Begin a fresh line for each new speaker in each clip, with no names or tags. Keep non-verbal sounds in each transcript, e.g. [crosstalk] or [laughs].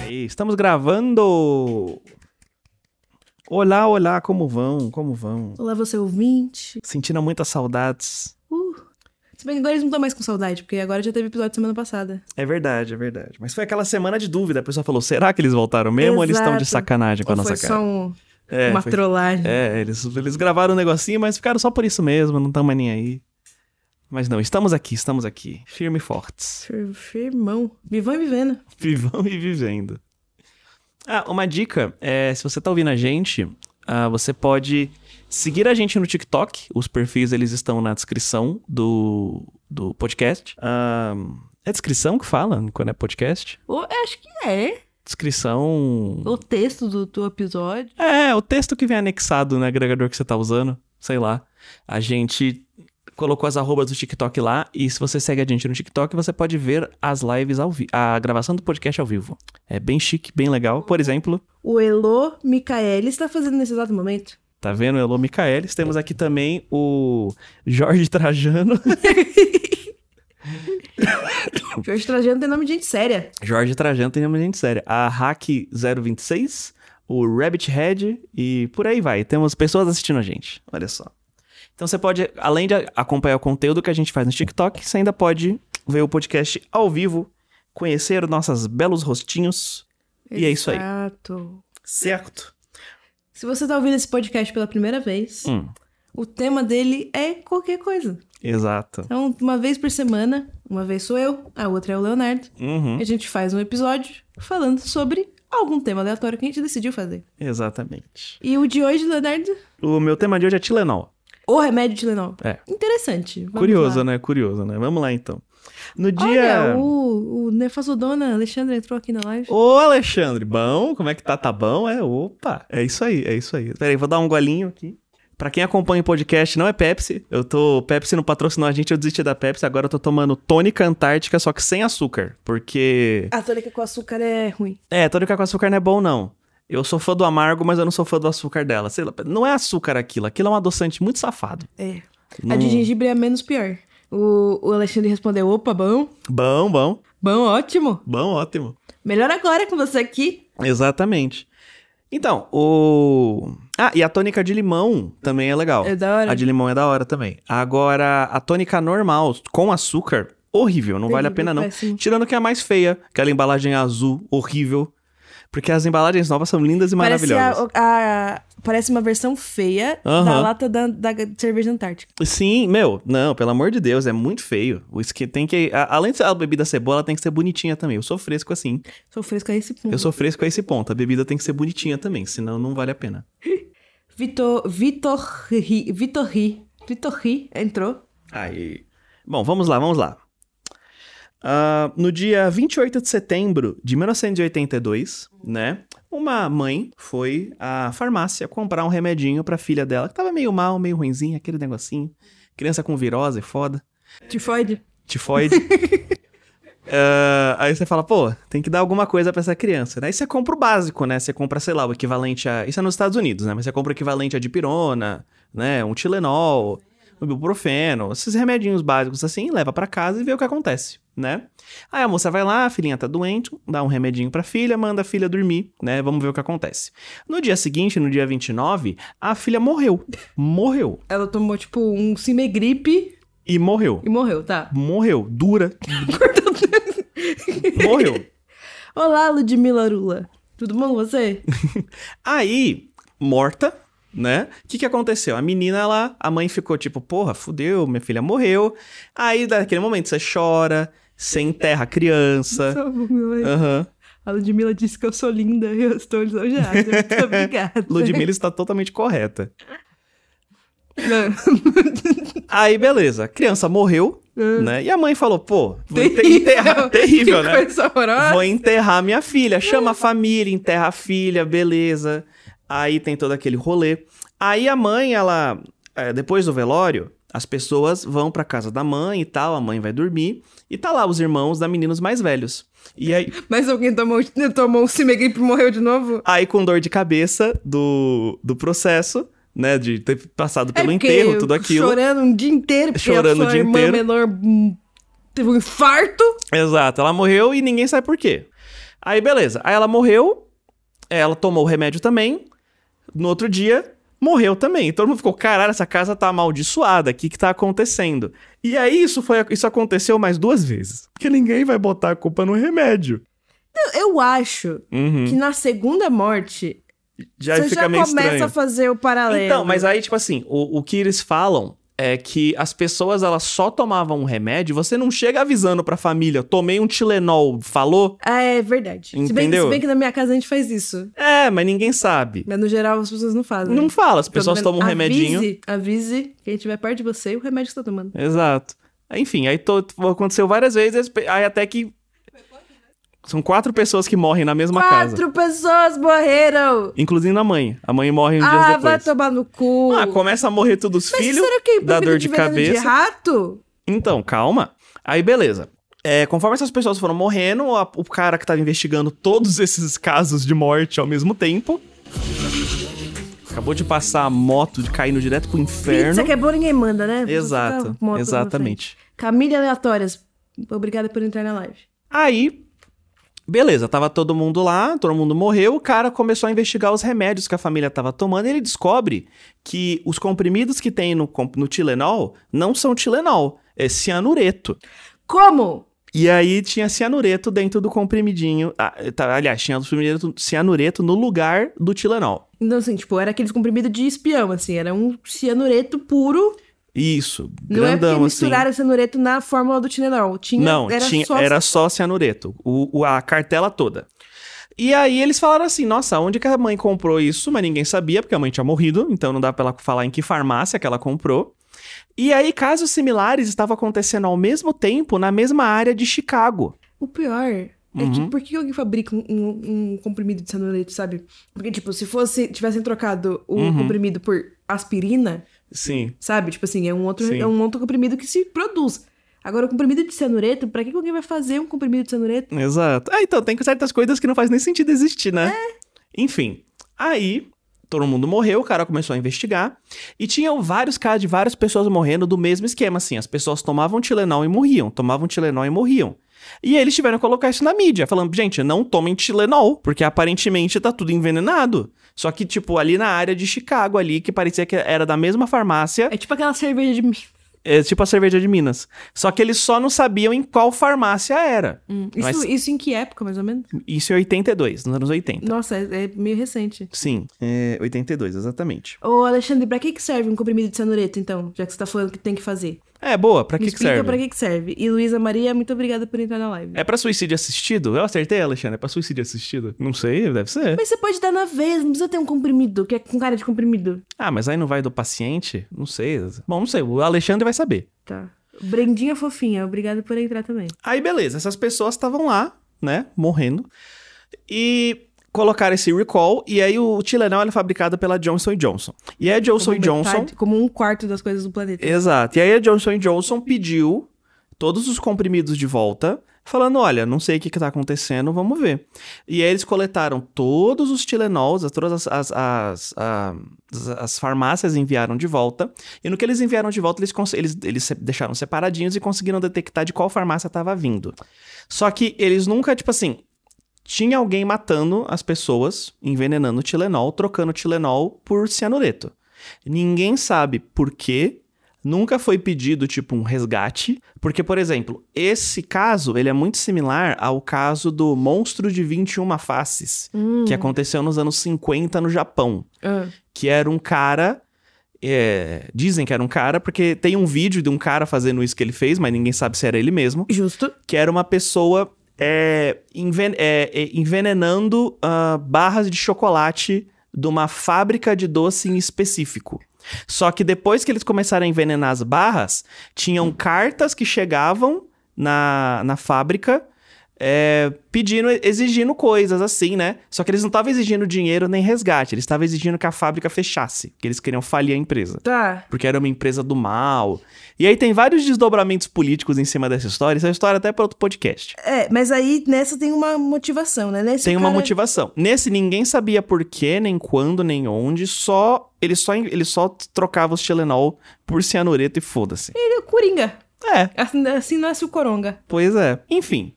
Aí, estamos gravando! Olá, olá, como vão? Como vão?
Olá, você é ouvinte.
Sentindo muitas saudades.
Uh. Se bem que agora eles não estão mais com saudade, porque agora já teve episódio semana passada.
É verdade, é verdade. Mas foi aquela semana de dúvida. A pessoa falou: será que eles voltaram mesmo ou eles estão de
Exato.
sacanagem com a
Ou
nossa
foi
cara?
só um-
É,
uma
foi-
trollagem.
É, eles, eles gravaram um negocinho, mas ficaram só por isso mesmo, não estão mais nem aí. Mas não, estamos aqui, estamos aqui. Firme e fortes.
Fir- Firmão. Vivão e vivendo.
[laughs] Vivão e vivendo. Ah, uma dica: é, se você tá ouvindo a gente, ah, você pode seguir a gente no TikTok. Os perfis eles estão na descrição do, do podcast. Ah, é descrição que fala quando é podcast?
Ou, eu acho que é.
Descrição.
O texto do, do episódio.
É, o texto que vem anexado no agregador que você tá usando, sei lá. A gente colocou as arrobas do TikTok lá e se você segue a gente no TikTok, você pode ver as lives ao vivo, a gravação do podcast ao vivo. É bem chique, bem legal. Por exemplo,
O Elô Micaeli está fazendo nesse exato momento.
tá vendo? Elô Micaelis. Temos aqui também o Jorge Trajano.
Jorge Trajano tem nome de gente séria.
Jorge Trajano tem uma gente séria. A Hack 026, o Rabbit Head e por aí vai. Temos pessoas assistindo a gente. Olha só. Então você pode, além de acompanhar o conteúdo que a gente faz no TikTok, você ainda pode ver o podcast ao vivo, conhecer nossos belos rostinhos. E é isso aí.
Exato.
Certo.
Se você tá ouvindo esse podcast pela primeira vez,
Hum,
o tema dele é qualquer coisa.
exato.
Então, uma vez por semana, uma vez sou eu, a outra é o Leonardo.
Uhum,
A gente faz um episódio falando sobre algum tema aleatório que a gente decidiu fazer.
exatamente.
E o de hoje, Leonardo,
O meu tema de hoje é Tilenol.
o remédio de Tilenol.
É.
Interessante. Vamos
Curioso,
lá.
né? Curioso, né? Vamos lá então. No
Olha,
dia.
o, o Nefazodona Alexandre entrou aqui na live.
Ô, Alexandre, bom? Como é que tá? Tá bom? É, opa. É isso aí, é isso aí. Peraí, vou dar um golinho aqui. Pra quem acompanha o podcast, não é Pepsi. Eu tô. Pepsi não patrocinou a gente, eu desisti da Pepsi. Agora eu tô tomando tônica antártica, só que sem açúcar. Porque.
A tônica com açúcar é ruim.
É, tônica com açúcar não é bom, não. Eu sou fã do amargo, mas eu não sou fã do açúcar dela. Sei lá, não é açúcar aquilo. Aquilo é um adoçante muito safado.
É. A
Não-
de gengibre é menos pior. O, o Alexandre respondeu: opa, bom,
Bom, bom.
bom, ótimo.
Bom, ótimo.
Melhor agora com você aqui.
Exatamente. Então, o. Ah, e a tônica de limão também é legal.
É da hora.
A de limão é da hora também. Agora, a tônica normal, com açúcar, horrível, não vale a
Terrível,
pena não.
péssimo.
Tirando que é a mais feia, aquela embalagem azul, horrível. Porque as embalagens novas são lindas e
Parece,
maravilhosas.
a- a- parece uma versão feia da
Aham.
lata da, da cerveja antártica.
Sim, meu, não, pelo amor de Deus, é muito feio. O esqui tem que. a- além de ser a bebida ser boa, ela tem que ser bonitinha também. Eu sou fresco assim.
Sou fresca a esse ponto.
Eu sou fresco a esse ponto. A bebida tem que ser bonitinha também, senão não vale a pena.
Vitor, Vitor Ri, Vitor Ri, Vitor Ri entrou.
Aí. Bom, vamos lá, vamos lá. Ah, no dia 28 de setembro de 1982, né? Uma mãe foi à farmácia comprar um remedinho pra filha dela, que tava meio mal, meio ruinzinha, aquele negocinho. Criança com virose, foda.
Tifoide.
Tifoide. [laughs] Ah, aí você fala, pô, tem que dar alguma coisa pra essa criança. Daí você compra o básico, né? Você compra, sei lá, o equivalente a. Isso é nos Estados Unidos, né? Mas você compra o equivalente a dipirona, né? Um Tilenol, um ibuprofeno, esses remedinhos básicos assim, leva pra casa e vê o que acontece, né? Aí a moça vai lá, a filhinha tá doente, dá um remedinho pra filha, manda a filha dormir, né? Vamos ver o que acontece. No dia seguinte, no dia 29, a filha morreu. Morreu.
Ela tomou, tipo, um cimegripe
E morreu.
e morreu, tá? [laughs]
Morreu. Dura. morreu.
Olá, Ludmila Arula. Tudo bom
[laughs]
com você?
Aí, morta, né? O que, que aconteceu? A menina lá, a mãe ficou tipo, porra, fudeu, minha filha morreu. Aí, daquele momento, você chora, você enterra a criança. Aham.
a Ludmilla disse que eu sou linda e eu estou lisonjeada. Muito obrigada.
Ludmilla está totalmente correta.
Não.
Aí, beleza, a criança morreu, né? E a mãe falou, pô, vou ter-
Terrível.
enterrar. Terrível,
que
né?
Coisa horrorosa.
Vou enterrar minha filha. Chama a família, enterra a filha, beleza. Aí tem todo aquele rolê. Aí a mãe, ela. é, depois do velório, as pessoas vão pra casa da mãe e tal, a mãe vai dormir. E tá lá os irmãos da meninos mais velhos. E aí,
Mas alguém tomou, tomou um cimegripe e morreu de novo?
aí com dor de cabeça do, do processo, né? De ter passado pelo
É porque
enterro, tudo aquilo.
Chorando um dia inteiro, porque
Chorando o
a sua
dia
irmã
inteiro.
menor hum, teve um infarto.
Exato, ela morreu e ninguém sabe por quê. Aí, beleza. Aí ela morreu, ela tomou o remédio também. No outro dia, morreu também. E todo mundo ficou, caralho, essa casa tá amaldiçoada, o que que tá acontecendo? E aí isso, foi, isso aconteceu mais duas vezes. Porque ninguém vai botar a culpa no remédio.
Eu acho
Uhum.
que na segunda morte
Já
você
fica
já
meio
começa
estranho.
a fazer o paralelo.
Então, mas aí, tipo assim, o, o que eles falam é que as pessoas, elas só tomavam um remédio, você não chega avisando pra família, tomei um Tilenol, falou?
É verdade. Se bem,
Entendeu?
se bem que na minha casa a gente faz isso.
É, mas ninguém sabe.
Mas no geral as pessoas não fazem.
Não fala, as
Pelo
pessoas
menos
tomam um remedinho.
Avise, avise quem estiver perto de você o remédio que você tá tomando.
Exato. Enfim, aí to- aconteceu várias vezes, aí até que... São quatro pessoas que morrem na mesma casa.
Quatro pessoas morreram!
Inclusive a mãe. A mãe morre uns
ah,
dias
vai
depois.
tomar no cu!
Ah, começa a morrer todos os
mas
filhos.
isso era o quê?
dá
Por que
dor
que
de
tiver dando
cabeça.
De rato?
Então, calma. Aí, beleza. É, conforme essas pessoas foram morrendo, a- o cara que tava investigando todos esses casos de morte ao mesmo tempo. Acabou de passar a moto de caindo direto pro inferno.
Pizza que é boa, ninguém manda, né? Você
Exato,
fica com a moto na
exatamente.
frente. Camila Aleatórias, obrigada por entrar na live.
Aí, beleza, tava todo mundo lá, todo mundo morreu, o cara começou a investigar os remédios que a família tava tomando e ele descobre que os comprimidos que tem no, com- no Tilenol não são Tilenol, é cianureto.
Como?
E aí tinha cianureto dentro do comprimidinho, ah, tá, aliás, tinha cianureto, cianureto no lugar do Tilenol.
Então, assim, tipo, era aqueles comprimidos de espião, assim, era um cianureto puro.
Isso,
Não é
grandão
porque
assim.
misturaram o cianureto na fórmula do Tilenol. Tinha,
não,
era
tinha,
só
era só cianureto, o, o- a cartela toda. E aí eles falaram assim, nossa, onde que a mãe comprou isso? Mas ninguém sabia, porque a mãe tinha morrido, então não dá pra ela falar em que farmácia que ela comprou. E aí casos similares estavam acontecendo ao mesmo tempo na mesma área de Chicago.
O pior é
Uhum.
que por que alguém fabrica um, um- um comprimido de cianureto, sabe? Porque, tipo, se fosse, tivessem trocado o
Uhum.
comprimido por aspirina,
Sim.
sabe? Tipo assim, é um outro,
Sim.
é um outro comprimido que se produz. Agora, o comprimido de cianureto, pra que que alguém vai fazer um comprimido de cianureto?
Exato. Ah, então tem certas coisas que não faz nem sentido existir, né? Enfim, aí todo mundo morreu, o cara começou a investigar e tinham vários casos de várias pessoas morrendo do mesmo esquema, assim, as pessoas tomavam Tilenol e morriam, tomavam Tilenol e morriam. E aí eles tiveram que colocar isso na mídia, falando, gente, não tomem Tilenol, porque aparentemente tá tudo envenenado. Só que, tipo, ali na área de Chicago, ali, que parecia que era da mesma farmácia,
É tipo aquela cerveja de mim.
é, tipo a cerveja de Minas. Só que eles só não sabiam em qual farmácia era.
Hum, Isso,
Mas- Então.
isso em que época, mais ou menos?
Isso é em 82, nos anos 80.
Nossa, é, é meio recente.
Sim, é 82, exatamente.
Ô, Alexandre, pra que que serve um comprimido de cianureto, então? Já que você tá falando que tem que fazer.
É, boa, pra que,
Me
que
explica
serve?
pra que que serve. E Luísa Maria, muito obrigada por entrar na live.
É pra suicídio assistido? Eu acertei, Alexandre, é pra suicídio assistido? Não sei, deve ser.
Mas você pode dar na vez, não precisa ter um comprimido, que é com cara de comprimido.
Ah, mas aí não vai do paciente? Não sei. Bom, não sei, o Alexandre vai saber.
Tá. Brendinha fofinha, obrigada por entrar também.
Aí, beleza, essas pessoas estavam lá, né, morrendo, e colocaram esse recall, e aí o Tilenol era fabricado pela Johnson Johnson. E aí a Johnson
Como
Johnson...
metade- como um quarto das coisas do planeta.
Exato. E aí a Johnson Johnson pediu todos os comprimidos de volta, falando: olha, não sei o que, que tá acontecendo, vamos ver. E aí eles coletaram todos os Tilenols, as- todas as, as, as, ah, as, as farmácias enviaram de volta. E no que eles enviaram de volta, eles, cons- eles, eles se- deixaram separadinhos e conseguiram detectar de qual farmácia tava vindo. Só que eles nunca, tipo assim. Tinha alguém matando as pessoas, envenenando o Tilenol, trocando o Tilenol por cianureto. Ninguém sabe por quê, Nunca foi pedido, tipo, um resgate. Porque, por exemplo, esse caso, ele é muito similar ao caso do monstro de 21 faces,
Hum.
que aconteceu nos anos 50 no Japão.
Ah.
Que era um cara... é, dizem que era um cara, porque tem um vídeo de um cara fazendo isso que ele fez, mas ninguém sabe se era ele mesmo.
Justo.
Que era uma pessoa é, enven- é, é, envenenando ah, barras de chocolate de uma fábrica de doce em específico. Só que depois que eles começaram a envenenar as barras, tinham cartas que chegavam na, na fábrica é, pedindo, exigindo coisas assim, né? Só que eles não estavam exigindo dinheiro nem resgate, eles estavam exigindo que a fábrica fechasse, que eles queriam falir a empresa
Tá.
porque era uma empresa do mal. E aí tem vários desdobramentos políticos em cima dessa história. Essa história é até para outro podcast.
É, mas aí nessa tem uma motivação, né? Nesse
tem uma
cara-
motivação. Nesse ninguém sabia por quê, nem quando, nem onde. Só ele só ele só trocava os Tilenol por cianureto e foda-se.
Ele é o Coringa.
É,
Assim, assim nasce o Coronga.
pois é. Enfim.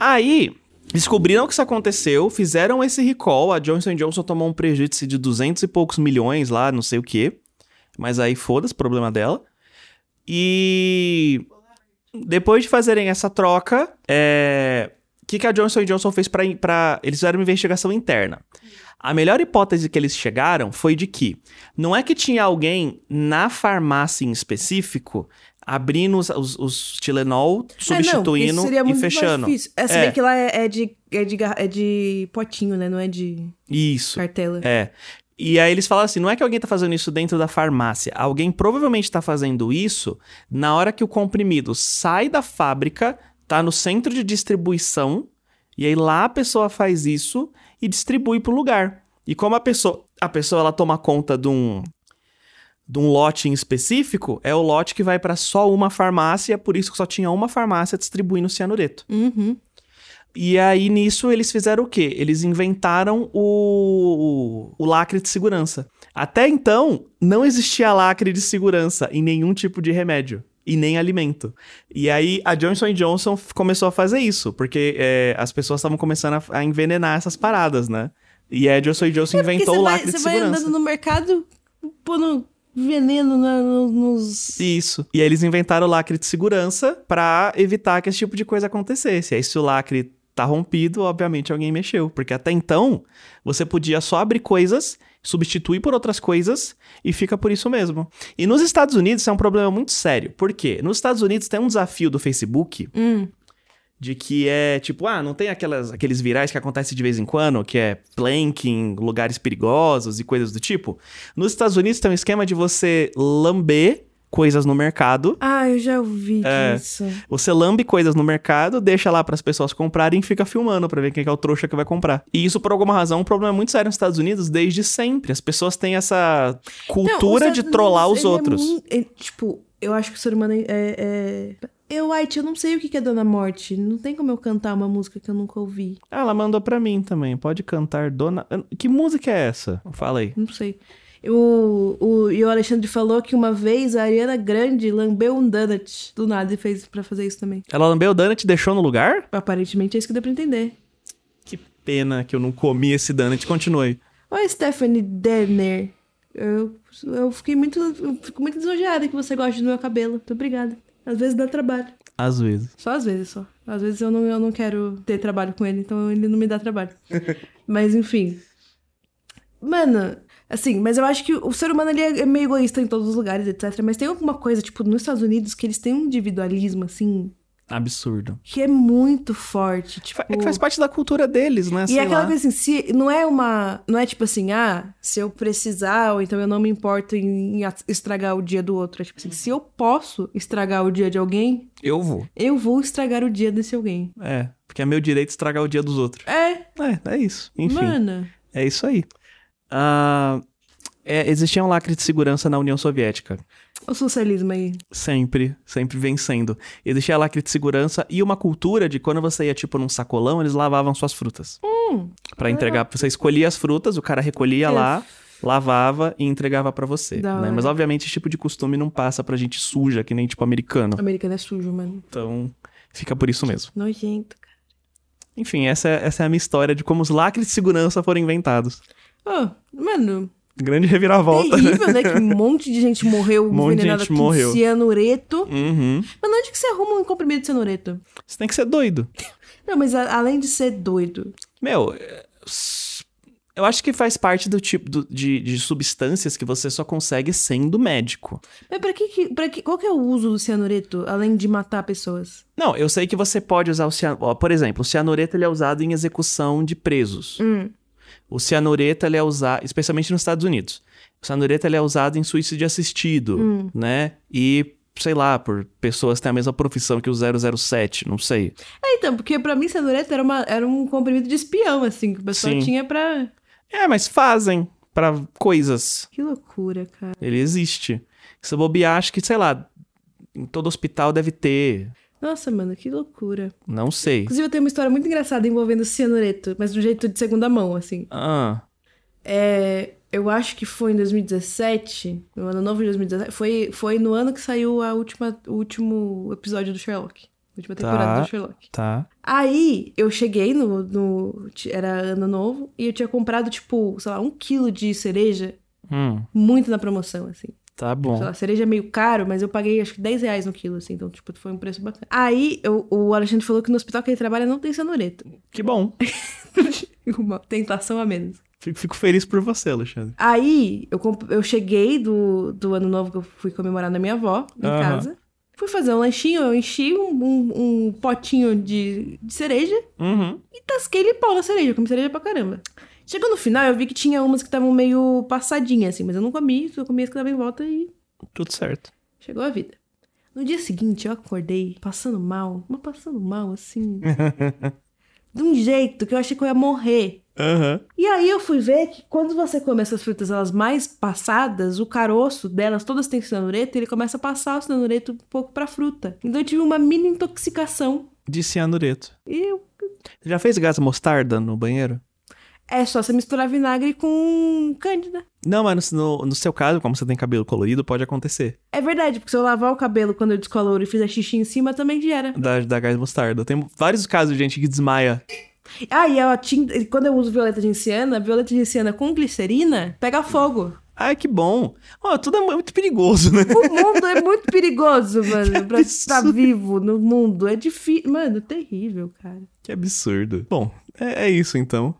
Aí Descobriram que isso aconteceu, fizeram esse recall. A Johnson Johnson tomou um prejuízo de 200 e poucos milhões lá, não sei o quê. Mas aí foda-se, problema dela. E depois de fazerem essa troca, é, o que, que a Johnson Johnson fez pra- pra. Eles fizeram uma investigação interna. A melhor hipótese que eles chegaram foi de que não é que tinha alguém na farmácia em específico abrindo os, os- os Tilenol,
é,
substituindo
não, isso seria
e
muito
fechando.
Mais difícil. É, se
É.
bem que lá é, é de, é, de, garra- é de potinho, né? Não é de
Isso.
cartela.
É. E aí eles falam assim, não é que alguém tá fazendo isso dentro da farmácia. Alguém provavelmente tá fazendo isso na hora que o comprimido sai da fábrica, tá no centro de distribuição, e aí lá a pessoa faz isso e distribui pro lugar. E como a pessoa, a pessoa ela toma conta de um de um lote em específico, é o lote que vai pra só uma farmácia, é por isso que só tinha uma farmácia distribuindo cianureto.
Uhum.
E aí, nisso, eles fizeram o quê? Eles inventaram o, o lacre de segurança. Até então, não existia lacre de segurança em nenhum tipo de remédio. E nem alimento. E aí, a Johnson Johnson f- começou a fazer isso, porque é, as pessoas estavam começando a, a envenenar essas paradas, né? E a Johnson Johnson
É, Porque
inventou
você
o
vai,
lacre
você
de
vai
segurança.
andando no mercado pondo veneno na- no- nos.
Isso. E aí eles inventaram o lacre de segurança pra evitar que esse tipo de coisa acontecesse. Aí se o lacre tá rompido, obviamente alguém mexeu, porque até então você podia só abrir coisas, substituir por outras coisas e fica por isso mesmo. E nos Estados Unidos isso é um problema muito sério. Por quê? Nos Estados Unidos tem um desafio do Facebook
Hum.
de que é tipo, ah, não tem aquelas, aqueles virais que acontecem de vez em quando, que é planking, lugares perigosos e coisas do tipo. Nos Estados Unidos tem um esquema de você lamber coisas no mercado.
Ah, eu já ouvi
É.
disso.
Você lambe coisas no mercado, deixa lá pras pessoas comprarem e fica filmando pra ver quem que é o trouxa que vai comprar. E isso, por alguma razão, é um problema muito sério nos Estados Unidos desde sempre. As pessoas têm essa cultura
Não, os
de
Estados
trollar
Unidos,
os
ele é
outros.
mui- ele, tipo, eu acho que o ser humano é. é- é- Eu, White, eu não sei o que que é Dona Morte. Não tem como eu cantar uma música que eu nunca ouvi.
Ah, Ela mandou pra mim também. Pode cantar Dona. Que música é essa? Fala aí.
Não sei. O, o, e o Alexandre falou que uma vez a Ariana Grande lambeu um donut do nada e fez pra fazer isso também.
Ela lambeu o donut e deixou no lugar?
Aparentemente é isso que deu pra entender.
Que pena que eu não comi esse donut. Continue.
Oi, Stephanie Denner. Eu, eu fiquei muito. Eu fico muito desojada que você goste do meu cabelo. Muito obrigada. Às vezes dá trabalho.
Às vezes.
Só às vezes só. Às vezes eu não, eu não quero ter trabalho com ele, então ele não me dá
[laughs]
trabalho. mas enfim. Mano, assim, mas eu acho que o ser humano ele é meio egoísta em todos os lugares, etc. Mas tem alguma coisa, tipo, nos Estados Unidos que eles têm um individualismo, assim,
Absurdo.
que é muito forte. Tipo,
É que faz parte da cultura deles, né?
e
Sei
é aquela
lá.
coisa assim, se não é uma. Não é tipo assim, ah, se eu precisar, ou então eu não me importo em, em a- estragar o dia do outro. É tipo assim, se eu posso estragar o dia de alguém,
Eu vou.
eu vou estragar o dia desse alguém.
É, porque é meu direito estragar o dia dos outros.
É,
É, é isso. Enfim,
Mano,
é isso aí. Ah, é, existia um lacre de segurança na União Soviética.
o socialismo aí.
Sempre, sempre vencendo. Existia lacre de segurança e uma cultura de quando você ia, tipo, num sacolão, eles lavavam suas frutas.
Hum,
Pra entregar. Você escolhia as frutas, o cara recolhia
É.
lá, lavava e entregava pra você.
Da
né?
hora.
Mas, obviamente, esse tipo de costume não passa pra gente suja, que nem, tipo, americano.
americano é sujo, mano.
Então, fica por isso mesmo.
Nojento, cara.
Enfim, essa, é- essa é a minha história de como os lacres de segurança foram inventados.
Ô, mano,
Grande reviravolta, né?
terrível, né? Que um monte de gente morreu
[laughs] Um monte de
envenenada
gente
com
morreu.
cianureto.
[laughs] Uhum.
Mas onde que você arruma um comprimido de cianureto?
Você tem que ser doido.
Não, mas a- além de ser doido.
Meu, é, s- eu acho que faz parte do tipo do- de, de substâncias que você só consegue sendo médico.
Mas pra que, que, pra que. Qual que é o uso do cianureto, além de matar pessoas?
Não, eu sei que você pode usar o cianureto. Por exemplo, o cianureto ele é usado em execução de presos.
Hum.
O cianureto ele é usado, especialmente nos Estados Unidos. O cianureto ele é usado em suicídio assistido,
Hum.
né? E, sei lá, por pessoas que têm a mesma profissão que o 007, não sei.
É, então, porque pra mim cianureto era, uma, era um comprimido de espião, assim, que o pessoal
Sim.
tinha pra.
É, mas fazem pra coisas.
Que loucura, cara.
Ele existe. Se eu bobear, acho que, sei lá, em todo hospital deve ter.
Nossa, mano, que loucura.
Não sei.
Inclusive, eu tenho uma história muito engraçada envolvendo cianureto, mas de um jeito de segunda mão, assim.
Ah,
É, eu acho que foi em 2017, no ano novo de 2017, foi, foi no ano que saiu a última, o último episódio do Sherlock. última temporada
Tá.
do Sherlock.
Tá.
Aí eu cheguei no, no. Era ano novo e eu tinha comprado, tipo, sei lá, um quilo de cereja,
Hum,
muito na promoção, assim.
tá
Sei
bom.
lá, cereja é meio caro, mas eu paguei acho que 10 reais no quilo, assim, então, tipo, foi um preço bacana. Aí eu- o Alexandre falou que no hospital que ele trabalha não tem cenureta.
Que bom.
[laughs] Uma tentação a menos.
Fico, fico feliz por você, Alexandre.
Aí eu, comp- eu cheguei do, do ano novo que eu fui comemorar na minha avó, em
Aham.
casa. Fui fazer um lanchinho, eu enchi um, um- um potinho de, de cereja
Uhum.
e tasquei ele pau na cereja. Eu comi cereja pra caramba. Chegou no final, eu vi que tinha umas que estavam meio passadinhas, assim, mas eu não comi, eu comi as que estavam em volta e
Tudo certo.
chegou a vida. No dia seguinte, eu acordei passando mal, mas passando mal, assim. de um jeito que eu achei que eu ia morrer.
Aham.
E aí eu fui ver que quando você come essas frutas elas mais passadas, o caroço delas todas tem cianureto, e ele começa a passar o cianureto um pouco pra fruta. Então eu tive uma mini intoxicação.
De cianureto.
E eu-
Você já fez gás mostarda no banheiro?
é só você misturar vinagre com cândida.
Não, mas no, no seu caso, como você tem cabelo colorido, pode acontecer.
É verdade, porque se eu lavar o cabelo quando eu descoloro e fizer xixi em cima, também gera.
Da, da gás mostarda. Tem vários casos de gente que desmaia.
Ah, e a tinta, e quando eu uso violeta genciana, a violeta genciana com glicerina pega fogo.
Ai, que bom. Ó, tudo é muito perigoso, né?
O mundo é muito perigoso, mano, pra estar
absurdo.
vivo no mundo. É difícil. Mano, terrível, cara.
[laughs] Que absurdo. Bom, é, é isso então.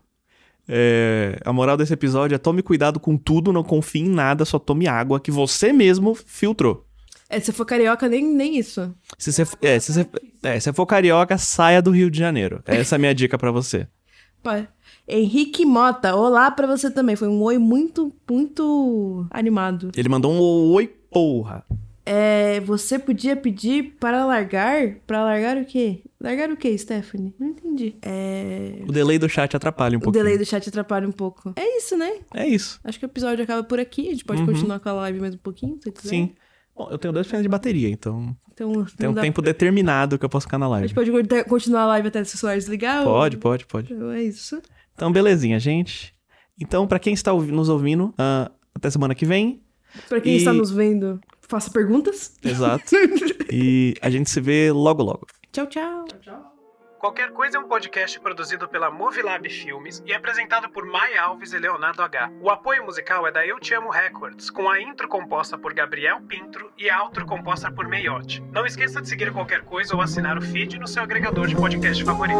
É, a moral desse episódio é tome cuidado com tudo, não confie em nada, só tome água que você mesmo filtrou.
É, se for carioca, nem, nem isso.
Se você, é, se você, é, se você for carioca, saia do Rio de Janeiro. Essa é a minha dica pra você.
Pá. Henrique Mota, olá pra você também. Foi um oi muito, muito animado.
Ele mandou um oi, porra.
É, você podia pedir para largar? Para largar o quê? Largar o quê, Stephanie? Não entendi. É,
O delay do chat atrapalha um
O
pouquinho.
delay do chat atrapalha um pouco. É isso, né?
É isso.
Acho que o episódio acaba por aqui. A gente pode continuar com a live mais um pouquinho, se quiser.
Uhum. Sim. Bom, eu tenho dois fios de bateria, então
Então, não
tem um
dá-
tempo determinado que eu posso ficar na
A
live.
gente pode conti- continuar a live até se o celular desligar? ou-
Pode, pode, pode.
Então, é isso.
Então, belezinha, gente. Então, pra quem está ouvi- nos ouvindo, ah, até semana que
[laughs]
vem.
Pra quem
E- É.
está nos vendo, faça perguntas.
Exato. e a gente se vê logo, logo.
[laughs] tchau, tchau.
Qualquer Coisa é um podcast produzido pela Movilab Filmes e apresentado por Mai Alves e Leonardo H. O apoio musical é da Eu Te Amo Records, com a intro composta por Gabriel Pintro e a outro composta por Meiote. Não esqueça de seguir Qualquer Coisa ou assinar o feed no seu agregador de podcast favorito.